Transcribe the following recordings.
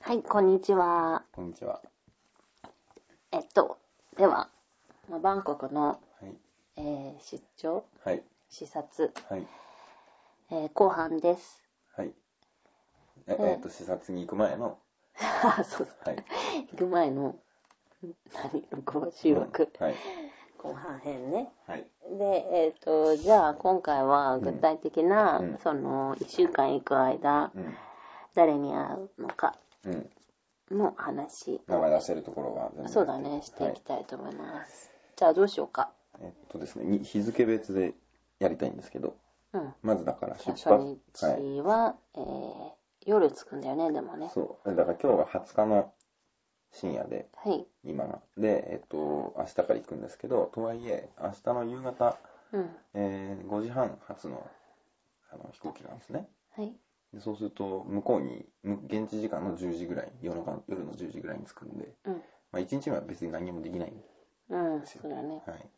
はい、こんにちは。こんにちは。えっと、では、まあバンコクの、はい。えー出張、はい。視察、はい。えー後半です。 はい。え、うんえっと、視察に行く前の、あそうはい。行く前の、何録音収録、うんはい。後半編ね。はい。で、えっと、じゃあ今回は具体的な、うんその、1週間行く間、うん。誰に会うのかうん。の話名前を、出せるところは全部そうだね、していきたいと思います。じゃあどうしようか。はい。えっとですね、に日付別でやりたいんですけど、うん。まずだから出初発。はい。日は、えー夜着くんだよね、でもね。そう。だから今日が20日の深夜で、はい。今が。で、えっと、明日から行くんですけど、とはいえ、明日の夕方、うん。えー5時半発のあの飛行機なんですね。はい。でそうすると向こうにむ現地時間の10時ぐらい夜中夜の10時ぐらいに着くんで、うん。まあ、1日目は別に何もできないんでうん、すよそうだね。はい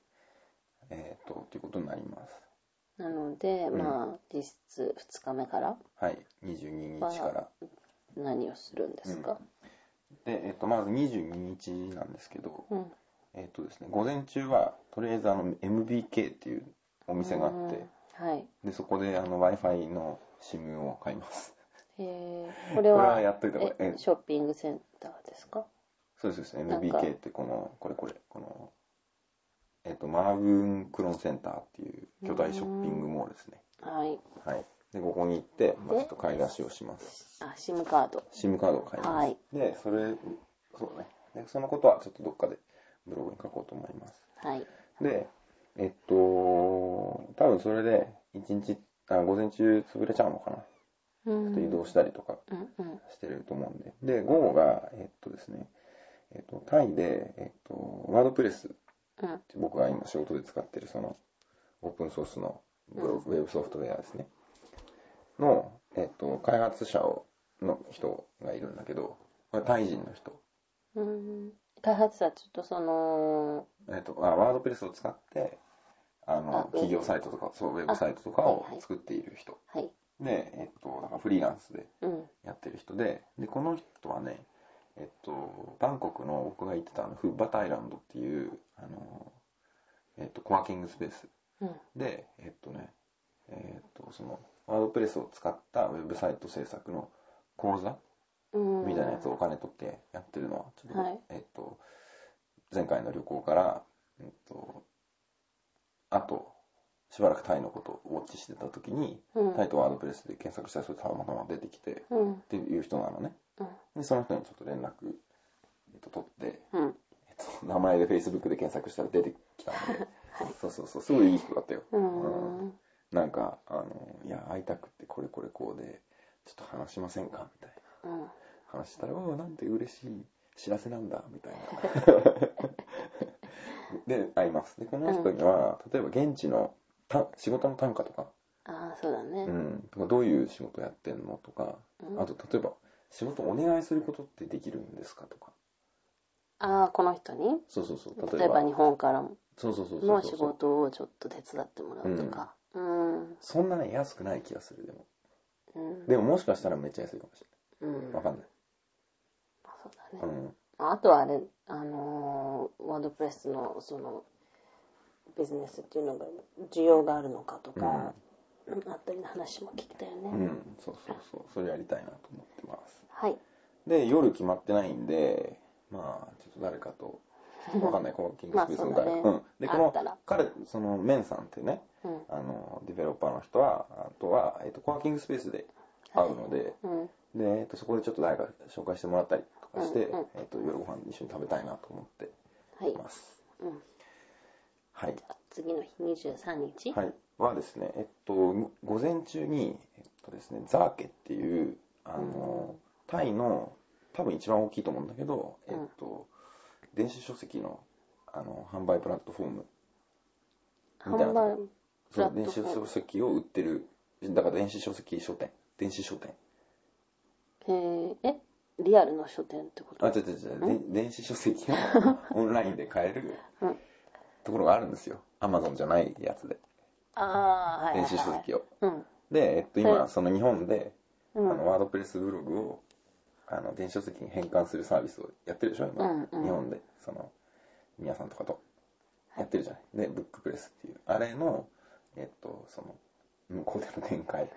えー、っとということになりますなので、んまあ、実質2日目からはい22日から何をするんですか、で、えー、っとまず22日なんですけど、うん。えー、っとですね午前中はとりあえずあの MBK っていうお店があって、うんはい。でそこであの w i f i の SIM を買いますえー、これこれははやっといた方がええショッピングセンターですかそうですそうですなんか MBK ってこのこれこれこのえっとマーブーンクロンセンターっていう巨大ショッピングモールですねはい。はいでここに行って、まあ、でちょっと買い出しをしますあ、シムカード。 SIM カードを買います、はいでそれそうだねでそのことはちょっとどっかでブログに書こうと思いますはい。でえっと多分それで1日あ午前中潰れちゃうのかな、うん。移動したりとかうんうん。してると思うんで。で、午後が、えっとですね、えっと、タイで、えっと、ワードプレス、うん僕が今仕事で使ってるその、オープンソースのブロウェブソフトウェアですね、の、えっと、開発者を、の人がいるんだけど、これタイ人の人。うん。開発者、ちょっとその、えっと、あワードプレスを使って、ああの、企業サイトとか、そう、ウェブサイトとかを作っている人。はい。で、えっと、だからフリーランスでうん。やってる人ででこの人はねえっとバンコクの僕が行ってたあのフッバタイランドっていうあの、えっと、コワーキングスペースうん。でえっとねえっとそのワードプレスを使ったウェブサイト制作の講座うん。みたいなやつをお金取ってやってるのはちょっと、はいえっと前回の旅行からえっとあとしばらくタイのことをウォッチしてた時に、うんタイとワードプレスで検索したらそれたまたま出てきて、うん。っていう人なのねうん。でその人にちょっと連絡、えっと、取って、うん。えっと、名前で Facebook で検索したら出てき たんで、そうそうそうすごいいい人だったよ、うんうんなんかあの「いや会いたくてこれこれこうでちょっと話しませんか」みたいなうん。話したら「わあなんて嬉しい知らせなんだ」みたいな で会いますでこの人には、例えば現地のた仕事の単価とかああ、そうだね。うん、とかどういう仕事やってんのとか、うんあと例えば仕事お願いすることってできるんですかとかああ、この人にそうそうそう例えば日本からもそうそうそうそうのそ仕うそう事をちょっと手伝ってもらうとか。うん。そんなね安くない気がするでもうん。でももしかしたらめっちゃ安いかもしうんれないわかんない、そうだうね。ん、あとはあれ、あのーワードプレスのそのビジネスっていうのが需要があるのかとか、うんあったりの話も聞きたよね。うん、そうそうそうそれやりたいなと思ってますはい。で夜決まってないんでまあちょっと誰かとわかんないこのキングスペースの誰か、 まあそうだねん、でこ会ったらの彼そのメンさんってねうん。あのディベロッパーの人はあとは、えっとコワーキングスペースで会うので、うん。で、えっと、そこでちょっと誰か紹介してもらったりとかして、うんうんえっと、夜ご飯一緒に食べたいなと思ってはい。ます。うん、はい。次の日23日、はい。はですね、えっと、午前中に、えっとですね、ザーケっていう、あの、タイの、多分一番大きいと思うんだけど、えうっんと、電子書籍の、あの、販売プラットフォーム、みたい販な売プそラう、ッ電ト子フォー書ム。籍を売ってる、だから電子書籍書店、電子書店。えー、えリアルの書店ってことあ、違う違う違う、で電子書 籍をオンラインで買えるうんところがあるんですよ。アマゾンじゃないやつで、ああ、はいはい、電はい。子書籍を。うん。で、えっと、そ今、れその日本で、うんあのワードプレスブログをあの電子書籍に変換するサービスをやってるでしょ今、うんうん日本でその皆さんとかとはいやってるじゃない、でブックプレスっていうあれのえっとその向こうでの展開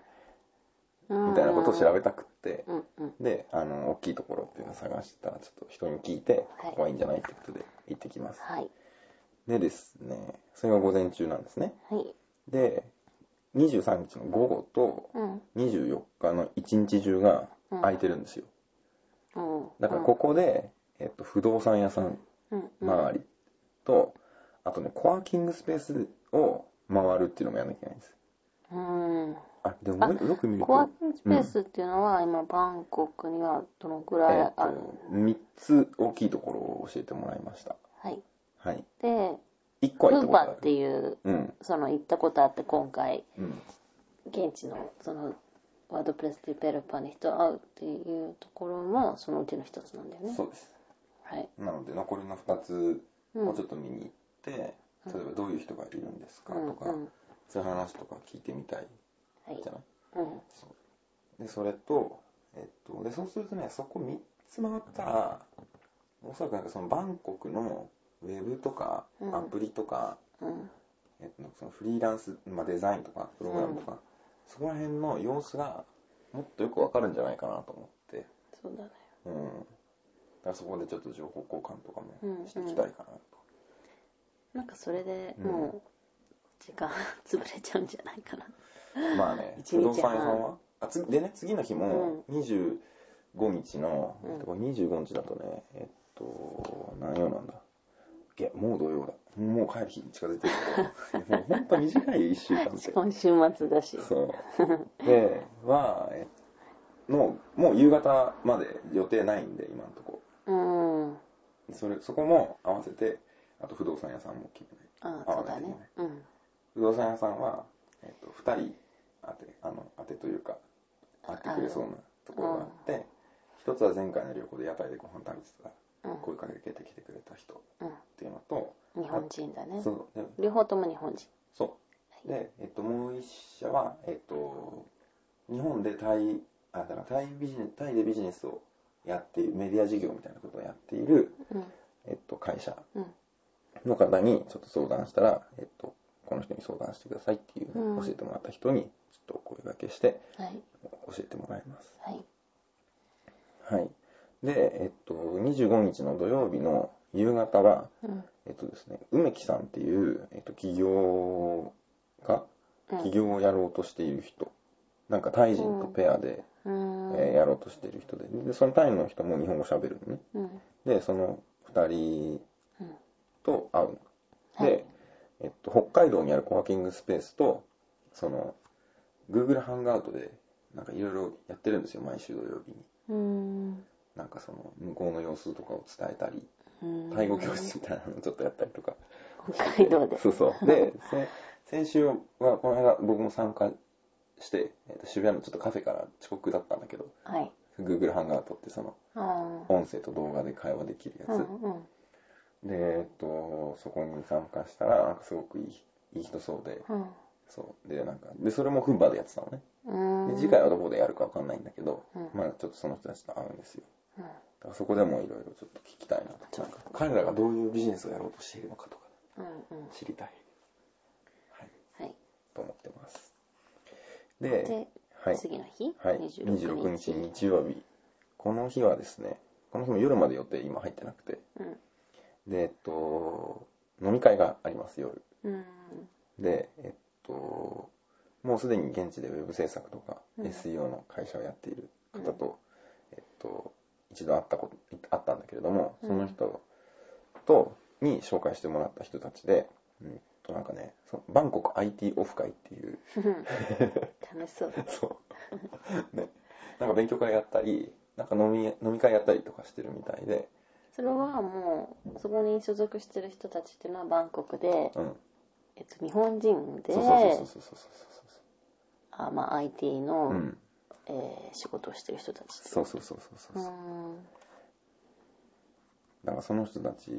みたいなことを調べたくって、うんうんであの大きいところっていうのを探したらちょっと人に聞いてはいここはいいんじゃないってことで行ってきます、はいでですねそれが午前中なんですねはいで23日の午後とうん24日の一日中が空いてるんですよ、うんだからここで、えっと、不動産屋さんうんうん周りと、あとねコワーキングスペースを回るっていうのもやらなきゃいけないんですうんあでもよよく見るコワーとキングスペースっていうのは今バンコクにはどのくえらっいあると3つ大きいところを教えてもらいましたはいはいで1ウ個は行っーたことパあーるっていううんその行ったことあって今回うん現地のそのワードプレスディベロッパーの人と会うっていうところもそのうちの一つなんだよねそうですはいなので残りの2つうんもうちょっと見に行って、うん例えばどういう人がいるんですかうんとか、うんそういう話とか聞いてみたいはいじゃないうんそうでそれと、えっと、でそうするとねそこ3つ回ったらおそらくなんかそのバンコクのウェブとかうんアプリとか、うんえっと、そのフリーランス、まあ、デザインとかプログラムとか、そこら辺の様子がもっとよくわかるんじゃないかなと思って、そうだねうん、だからそこでちょっと情報交換とかうんもしていきたいかなと。なんかそれでうんもう時間 潰れちゃうんじゃないかなまあ ね、一不動日産屋さんはあつでね、次の日も25日の、うんこれ25日だとね、えっと、何曜なんだいや、もう土曜だ。もう帰る日に近づいてる けど、もう本当短い1週間って。今週末だしそう。で、は、えの、もう夕方まで予定ないんで、今のとこ。うんそれ、そこも合わせて、あと不動産屋さんも決めなあい。あそうだねうん不動産屋さんは、えっと2人当てあの当てというか当てくれそうなところがあって一つは前回の旅行で屋台でご飯食べてうたん声かけてきてくれた人っうていうのとん日本人だねそうで両方とも日本人そうで、えっと、もう一社は、えっと、日本でタイあだからタイビジネスタイでビジネスをやっているメディア事業みたいなことをやっている、うんえっと、会社うんの方にちょっと相談したら、えっと、この人に相談してくださいっていうのを教えてもらった人にちょっとお声掛けしてはい教えてもらいます。はいはい。で、えっと、25日の土曜日の夕方は、うんえっとですね、梅木さんっていう、えっと、起業家うん起業をやろうとしている人。なんかタイ人とペアで、うんえーやろうとしている人でで、そのタイの人も日本語喋るのね。うんで、その2人うんと会うの。で、はいえっと、北海道にあるコワーキングスペースと、その、Google ハンガアウトで、なんかいろいろやってるんですよ、毎週土曜日に。うんなんかその、向こうの様子とかを伝えたり、うんタイ語教室みたいなのをちょっとやったりとか。北海道でそうそう。で、せ先週は、この間僕も参加して、えっと、渋谷のちょっとカフェから遅刻だったんだけど、はい。 Google ハンガアウトってその、ああ。音声と動画で会話できるうやつ。んうん。で、えっと、そこに参加したら、なんかすごくいい、いい人そうで、そう。で、なんか、で、それもフンバーでやってたのね。うん。で、次回はどこでやるかわかんないんだけど、うんまあちょっとその人たちと会うんですよ。うん。だからそこでもいろいろちょっと聞きたいなと。なんか、彼らがどういうビジネスをやろうとしているのかとか、うんうん。知りたい。はい。はい。と思ってます。でで、はい。次の日はい。 26 26日日日曜日。この日はですね、この日も夜まで予定今入ってなくて、うん。で、えっと、飲み会があります、夜。うん。で、えっと、もうすでに現地でウェブ制作とか、うん SEO の会社をやっている方と、えっと、一度会ったこと、会ったんだけれども、うんその人と、に紹介してもらった人たちで、うんと、なんかね、そバンコク IT オフ会っていう、 楽しそう。そう。ね。なんか勉強会やったり、なんか飲み、飲み会やったりとかしてるみたいで、それはもう、そこに所属してる人たちっていうのはバンコクで、うん。えっと、日本人でそう、そうそうそうそうそうあまあ、IT そう。うの、ん。えー仕事をしてる人たちって。そうそうそうそうそううそう。ん。だからその人たち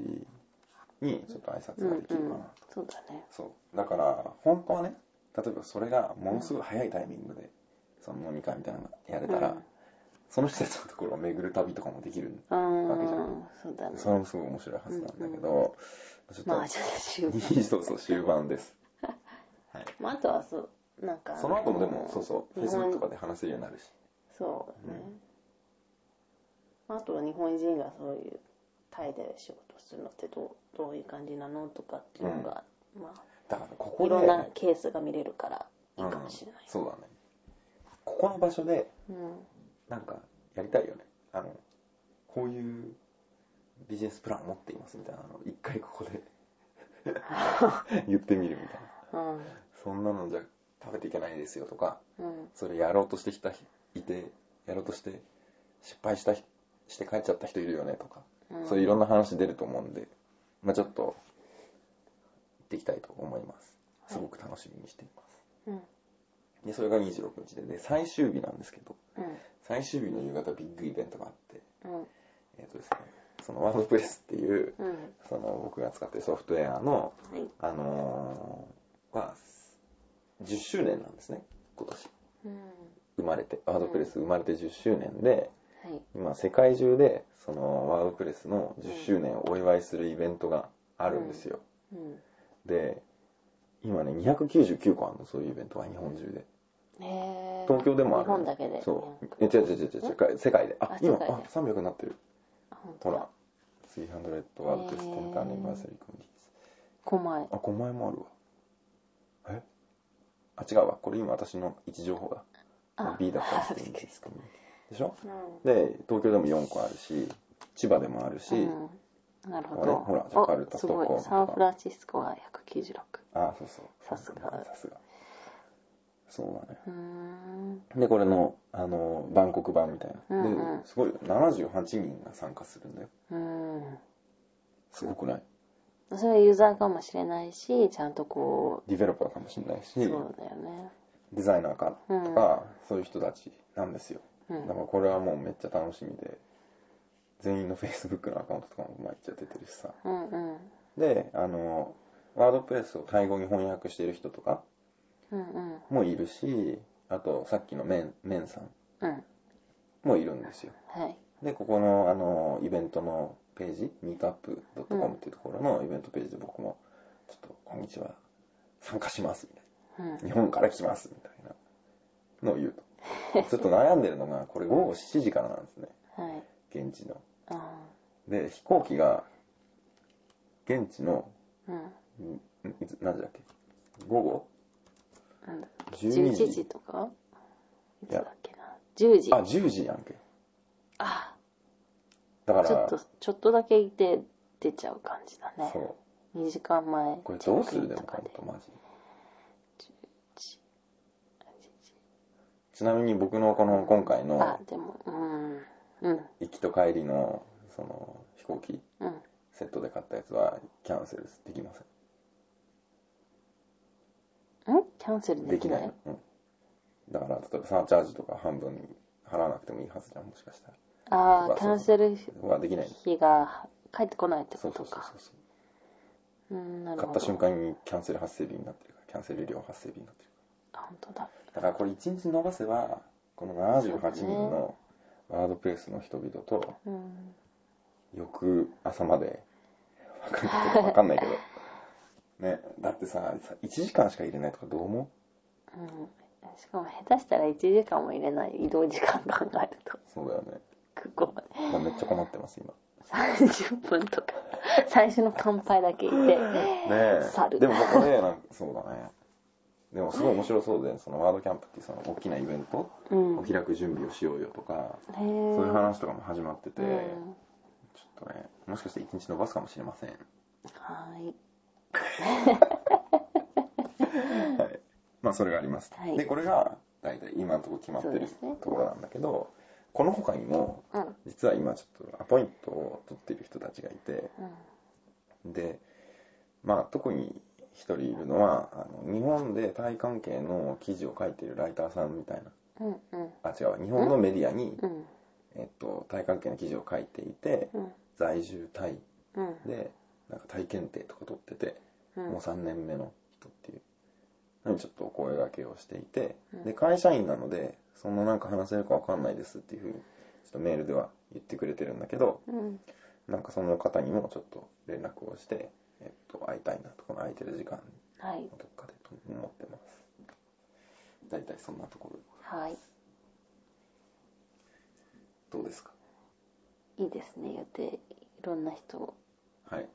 にちょっと挨拶うんがうできるかな、ん。そうだね。そうだから本当はね例えばそれがものすごい早いタイミングでその飲み会みたいなのがやれたら、うんその人たちのところを巡る旅とかもできる。ああわけじゃんそうだねそれもすごい面白いはずなんだけど、ちょっと、まあじゃあ終盤 そうそう、終盤です。はい。まああとはそうなんかその後もでも、そうそう、日本 Facebook とかで話せるようになるし。そうね、あとは日本人がそういうタイで仕事するのってどうどういう感じなのとかっていうのが、まあだから、ここいで、ろんなケースが見れるからいいかもしれないうん、そうだね。ここの場所で、うんなんか、やりたいよね。あの、こういうビジネスプランを持っていますみたいなのを、一回ここ で言ってみるみたいな。うんそんなのじゃ食べていけないですよとか、うんそれやろうとしてきた人いてやろうとして失敗した人して帰っちゃった人いるよねとか、うんそういういろんな話出ると思うんで、まあ、ちょっと行っていきたいと思いますすごく楽しみにしています、うんでそれが26日でで最終日なんですけどうん最終日の夕方ビッグイベントがあってうんえっ、とですねそのワードプレスっていう、うんその僕が使ってるソフトウェアのはいあのーは10周年なんですね今年うん生まれてワードプレス生まれて10周年で、はい今世界中でそのワードプレスの10周年をお祝いするイベントがあるんですよ、うんで今ね299個あるのそういうイベントは日本中でえー東京でもある日本だけでそうえ200違う違う違う違う世界世界でああ今世界であ300になってるあ本ほ当らだ300ワードプレス10カーニバーサリーコミュニティ狛江あ、5枚もあるわ。えあ、違うわ。これ今私の位置情報だ。あ B だったんでびすっくりけどしでしょたうで、東京でも4個あるし、千葉でもあるし、んうんなるほどほらジャカルタおすごいストックホルムとかサンフランシスコは196あ、そうそう。さすがさすが。そうだね。うーんで、これの、あの、バンコク版みたいな。うんうんで、すごいよ。78人が参加するんだよ。うんすごくないそれはユーザーかもしれないしちゃんとこディベロッパーかもしれないうし、そうだよねデザイナーかとか、そういう人たちなんですよ。うんだからこれはもうめっちゃ楽しみで全員の Facebook のアカウントとかも毎日出てるしさうんうんであのワードプレスをタイ語に翻訳してる人とかうんうんもいるしあとさっきのメンメンさんうんもいるんですよはいでここのあのイベントのページ meetup.com っていうところのイベントページで僕も「ちょっとこんにちは参加します」みたいうんな「日本から来ます」みたいなのを言うとちょっと悩んでるのがこれ午後7時からなんですねはい現地のあで飛行機が現地のーうんんいつ何時だっけ午後なんだ12 11時時とかいついやだっけな10時あ10時やんけあだからちょっとちょっとだけいて出ちゃう感じだねそ2時間前うこれどうするでチェックインもとかで本当マジちちなみに僕のこの今回あのでもうんうん行きと帰りのその飛行機うんセットで買ったやつはキャンセルできませんんキャンセルででききなないいうん、だから例えばサーチャージとか半分払わなくてもいいはずじゃんもしかしたらあとあかキャンセルはできない費が返ってこないってそこうそとうそうかそうそううんなる買ほっどた瞬間にキャンセル発生日になってるからキャンセル料発生日になってるあ本当だだからこれ1日逃せばこの78人のワードプレスの人々とうん翌朝まで分かんないけど分かんないけど ねだってさ1時間しか入れないとかどう思うんしかも下手したら1時間も入れない移動時間考えるとうそうだよね空港までだからめっちゃ困ってます今30分とか最初の乾杯だけいてね猿でもここでなんかそうだねでもすごい面白そうでそのワードキャンプっていうその大きなイベントうんを開く準備をしようよとか、へえそういう話とかも始まってて、うんちょっとねもしかして1日延ばすかもしれませんはいはい、まあそれがあります、はいでこれが大体今のところ決まってそうるですねところなんだけど、この他にもうん実は今ちょっとアポイントを取っている人たちがいてうんでまあ特に一人いるのはあの日本でタイ関係の記事を書いているライターさんみたいなうんうんあ違うわ日本のメディアに、うんえっと、タイ関係の記事を書いていて、うん在住タイうんでなんかタイ検定とか取っててうんもう3年目の人っていうのにちょっとお声掛けをしていて、うんで会社員なのでそんななんか話せるかわかんないですっていうふうにちょっとメールでは言ってくれてるんだけど、うん。なんかその方にもちょっと連絡をして、えっと、会いたいなと、この空いてる時間はいの。どっかでと思ってます。大体そんなところ、はい。どうですかいいですね。予定、いろんな人を。はい。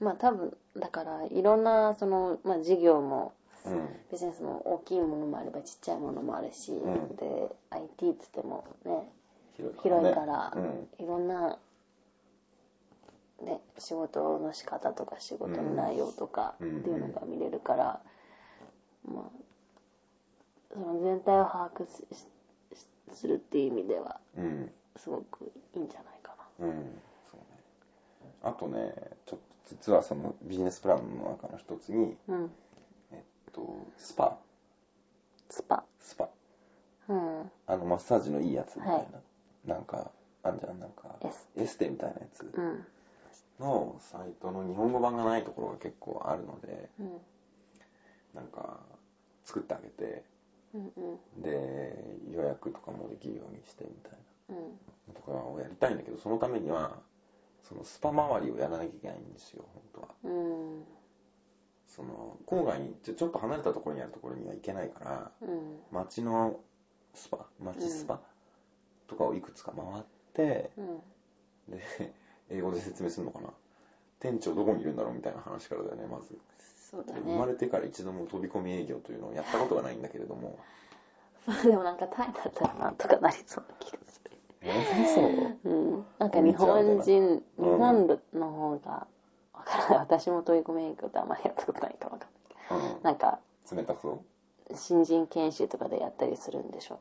まあ多分、だから、いろんな、その、まあ事業も、うん。ビジネスも大きいものもあればちっちゃいものもあるし、うんで、IT っつってもね、広い広ねいから、うん。いろんな、ね、仕事の仕方とか仕事の内容とかってうんいうのが見れるから、まあ、その全体を把握ししするっていう意味ではうん。すごくいいんじゃないかうん。そうね。あとね、ちょっと実はそのビジネスプランの中の一つに、な。うん。えっと、スパ、スパ。スパ、うん。あのマッサージのいいやつみたいな、はいなんか、あんじゃん、なんかエス、エステみたいなやつうん。のサイトの日本語版がないところが結構あるので、うん。なんか、作ってあげて、うん。うん。で、予約とかもできるようにしてみたいうん。なとかをやりたいんだけど、そのためには、そのスパ周りをやらなきゃいけないんですよ、本当は。うん。その郊外にちょちょっと離れたところにあるところには行けないからうん。町のスパ町スパとかをいくつか回って、うん。で英語で説明するのかな店長どこにいるんだろうみたいな話からだよねまず、そうだ生まれね。てから一度も飛び込み営業というのをやったことがないんだけれ どもでもなんかタイだったらなんとかなりそうな気がする。本当にそううん、なんか日本こんにち人、日本の方が、わからない。私も飛び込み営業ってあんまりやったことないからわかんうない。なんか、ん、冷たそ新人研修とかでやったりするんでしょ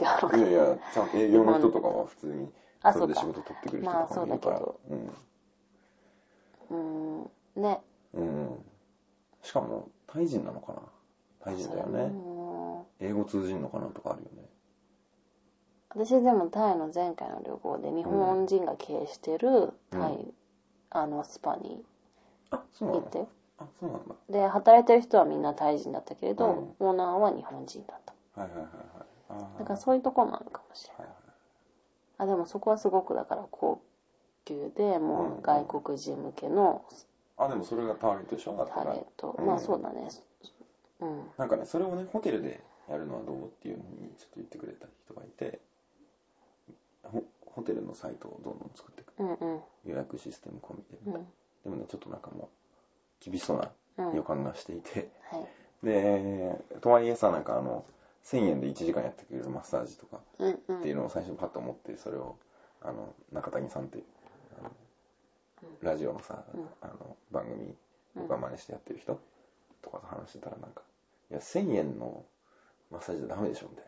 違うのうかいやいやちゃんと営業の人とかは普通にあそれで仕そう事か取ってくる人とかもいるから、まあそううんうん。ね。うん、しかもタイ人なのかなタイ人だよね、うん英語通じんのかなとかあるよね私でもタイの前回の旅行で日本人が経営してるタイ、うあのスパにあそうな行んっだて、あそうなんだで、働いてる人はみんなタイ人だったけれど、オーナーは日本人だった。はいはいはいはいあだからうそういうとこもあるかもしれない。はいはいあでもそこはすごくだから高級でもう外国人向けのあでもそれがターゲットでしょだかターらゲット、うんまあそうだねうんなんかねそれをねホテルでやるのはどうっていうふうにちょっと言ってくれた人がいてホホテルのサイトをどんどん作っていくうんうん予約システム込みで、うんでもねちょっとなんかもう厳しそうなうん予感がしていて、はいでとはいえさなんかあの1000円で1時間やってくれるマッサージとかうんうっていうんのを最初にパッと思ってそれをあの中谷さんっていうあのラジオのさ、うんあの番組僕が真似してやってる人とかと話してたらなんか「いや1000円のマッサージじゃダメでしょ」みたい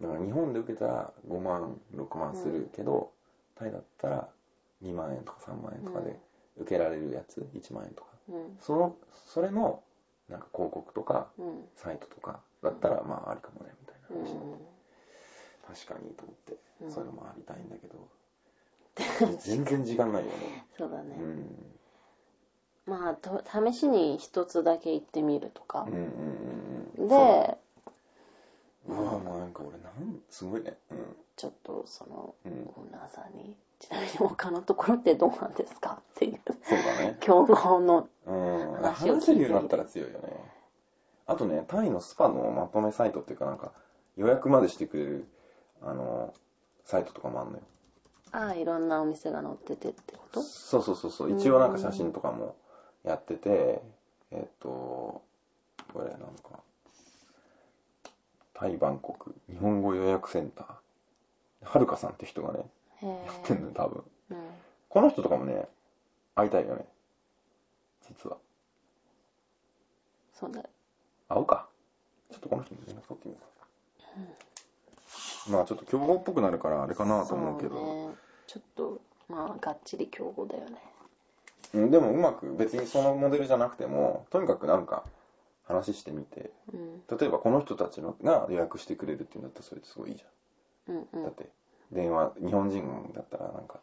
なだから日本で受けたら5万6万するけど、タイだったら2万円とか3万円とかで受けられるやつ1万円とかうんそのそれのなんか広告とかうんサイトとかだったらまあありかもねみたいなう話になってん確かにと思って、うんそういうのもありたいんだけど全然時間ないよねそうだうね、んまあと試しに一つだけ行ってみるとかうん、うんうんうんそうでうわもうなんか俺なんすごいねうちょっとそのん、うん、オーナーさんにちなみに他のところってどうなんですかっていうそうだね競合のうん話を聞い話てせるようになったら強いよねあとねタイのスパのまとめサイトっていうかなんか予約までしてくれるあのサイトとかもあんのよああいろんなお店が載っててってことそうそうそうそう一応なんか写真とかもやっててえっとこれなんかタイ・バンコク日本語予約センターはるかさんって人がねへやって んえのよ多分うんこの人とかもね会いたいよね実はそうだ会おうかちょっとこの人に連絡取ってみようか、まあちょっと競合っぽくなるからあれかなと思うけどそうね、ちょっとまあがっちり競合だよねうん、でもうまく別にそのモデルじゃなくてもとにかくなんか話してみてうん例えばこの人たちのが予約してくれるっていうんだったらそれってすごいいいじうんうゃん、だんって電話日本人だったらなんか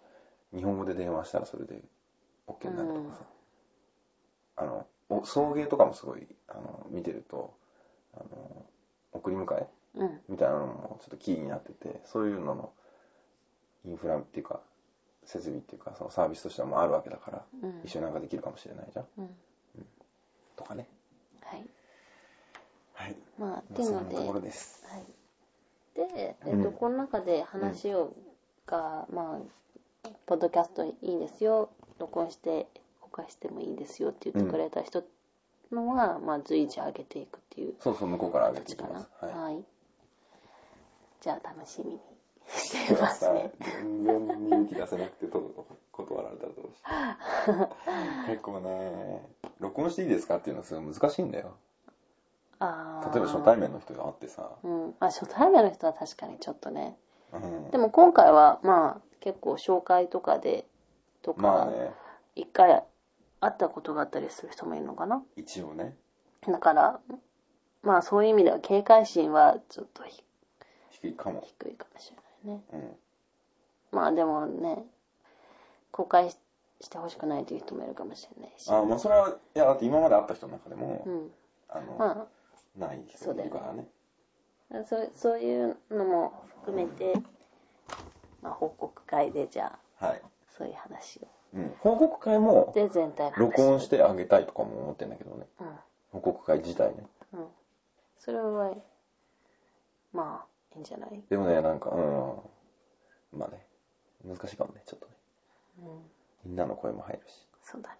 日本語で電話したらそれで OK になるとかさ、あのお送迎とかもすごいあの見てるとあの送り迎えうんみたいなのもちょっとキーになっててそういうののインフラっていうか、設備っていうか、そのサービスとしてはもうあるわけだから、うん一緒になんかできるかもしれないじゃん。うんとかね。はいはい。まあっまてあいうそのんなで、とこはろい、です。で、えっとうんこの中で話をが、まあポッドキャストいいんですよ録音して公開してもいいですよって言ってくれた人のは、まあ、随時上げていくっていうそうそう、向こうから上げ形ていきかますな。はい。はい、じゃあ楽しみにしてますね全然勇気出せなくてと断られたらどうしよう結構ね録音していいですかっていうのはすごい難しいんだよあー例えば初対面の人があってさ、うん、あ初対面の人は確かにちょっとねうんでも今回はまあ結構紹介とかでとまあかね一回会ったことがあったりする人もいるのかな一応ねだからまあそういう意味では警戒心はちょっとひ低いかも、低いかもしれないねうん、まあでもね公開ししてほしくないという人もいるかもしれないしあまあそれはいやだって今まで会った人の中でも、うんあの、まない人もいるからねあそうそういうのも含めて、まあ、報告会でじゃあはい、そういう話をうん、報告会もで全体の話録音してあげたいとかも思ってんだけどねうん報告会自体ねうんそれはまあいいんじゃない、でもねなんかうんまあね難しいかもねちょっとねうん、みんなの声も入るしそうだね、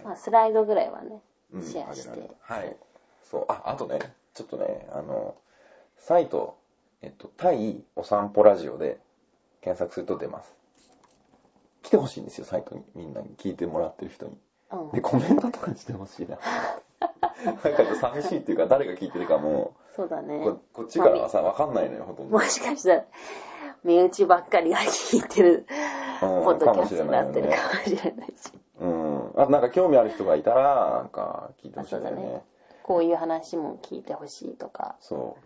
うんまあ、スライドぐらいはねうんシェアして、あげられたはいそうああとねちょっとねあのサイト、えっと「タイお散歩ラジオ」で検索すると出ます来てほしいんですよサイトにみんなに聞いてもらってる人にうんでコメントとかしてほしいな なんかちょっと寂しいっていうか誰が聞いてるかもそうだねここっちからはさ分かんないのよほとんどもしかしたら身内ばっかりが聞いてるポうッんドかキもャしスれトになないよってるかねもしれないし、うんあとなんか興味ある人がいたらなんか聞いてほしいんだよあそうだねねこういう話も聞いてほしいとかそう。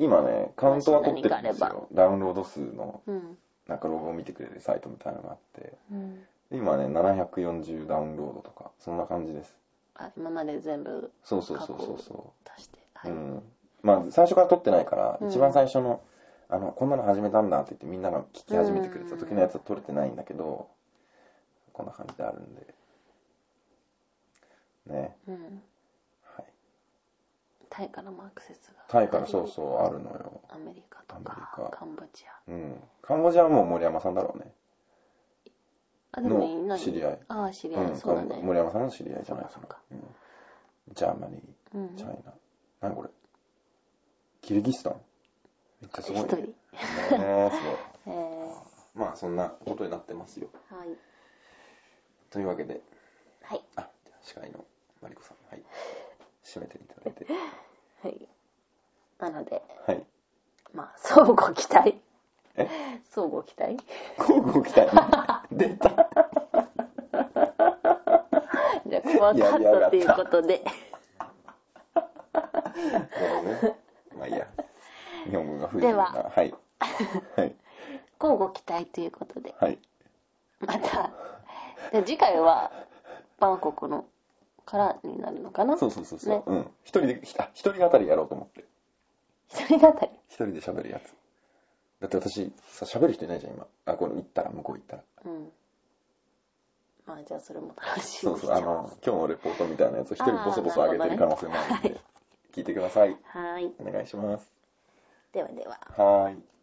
今ね、カウントは取ってるんですもし何かよ。ダウンロード数の、うん、なんかロゴを見てくれるサイトみたいなのがあって。うん、今ね、740ダウンロードとか、そんな感じです。あ今まで全部そうそうそうそうそ出してはう。うい、ん。まあ、最初から取ってないから、うん一番最初の、あの、こんなの始めたんだって言ってみんなが聞き始めてくれた時のやつは取れてないんだけど、こんな感じであるんで。ね。うん、はい。タイからもアクセスがタイからそうそうあるのよ。アメリカとアメリかカカンボジアうん。カンボジアはもう森山さんだろうね。あでもいいなの知り合いああ知り合い、うん、そうだね森山さんの知り合いじゃないですそうかか。うんジャーマニうー、んチャイナ。何これキルギスタンめっちゃすごい、一ね。人ねええすごい。ー、はまあそんなことになってますよ。いというわけで、はいあ、じゃあ司会のマリコさん、はい。締めていただいて。はいなのではい。まあ 相互期待え相互期待 交互期待。 出た。じゃあここはカやりットやがったということでそうね。まあいいや。日本語が不自由な。でははい。はい。交互期待ということではい。またで次回はバンコクのからになるのかなそうそうそうそう。ねうん。一人で、ひあ一人語りやろうと思って。一人語り一人で喋るやつだって私さ喋る人いないじゃん今あこれ行ったら向こう行ったらうんまあじゃあそれも楽しみそにうしてそうあの今日のレポートみたいなやつを一人ボソボソ上げてる可能性もあるんで聞いてくださいはいお願いしますではでははーい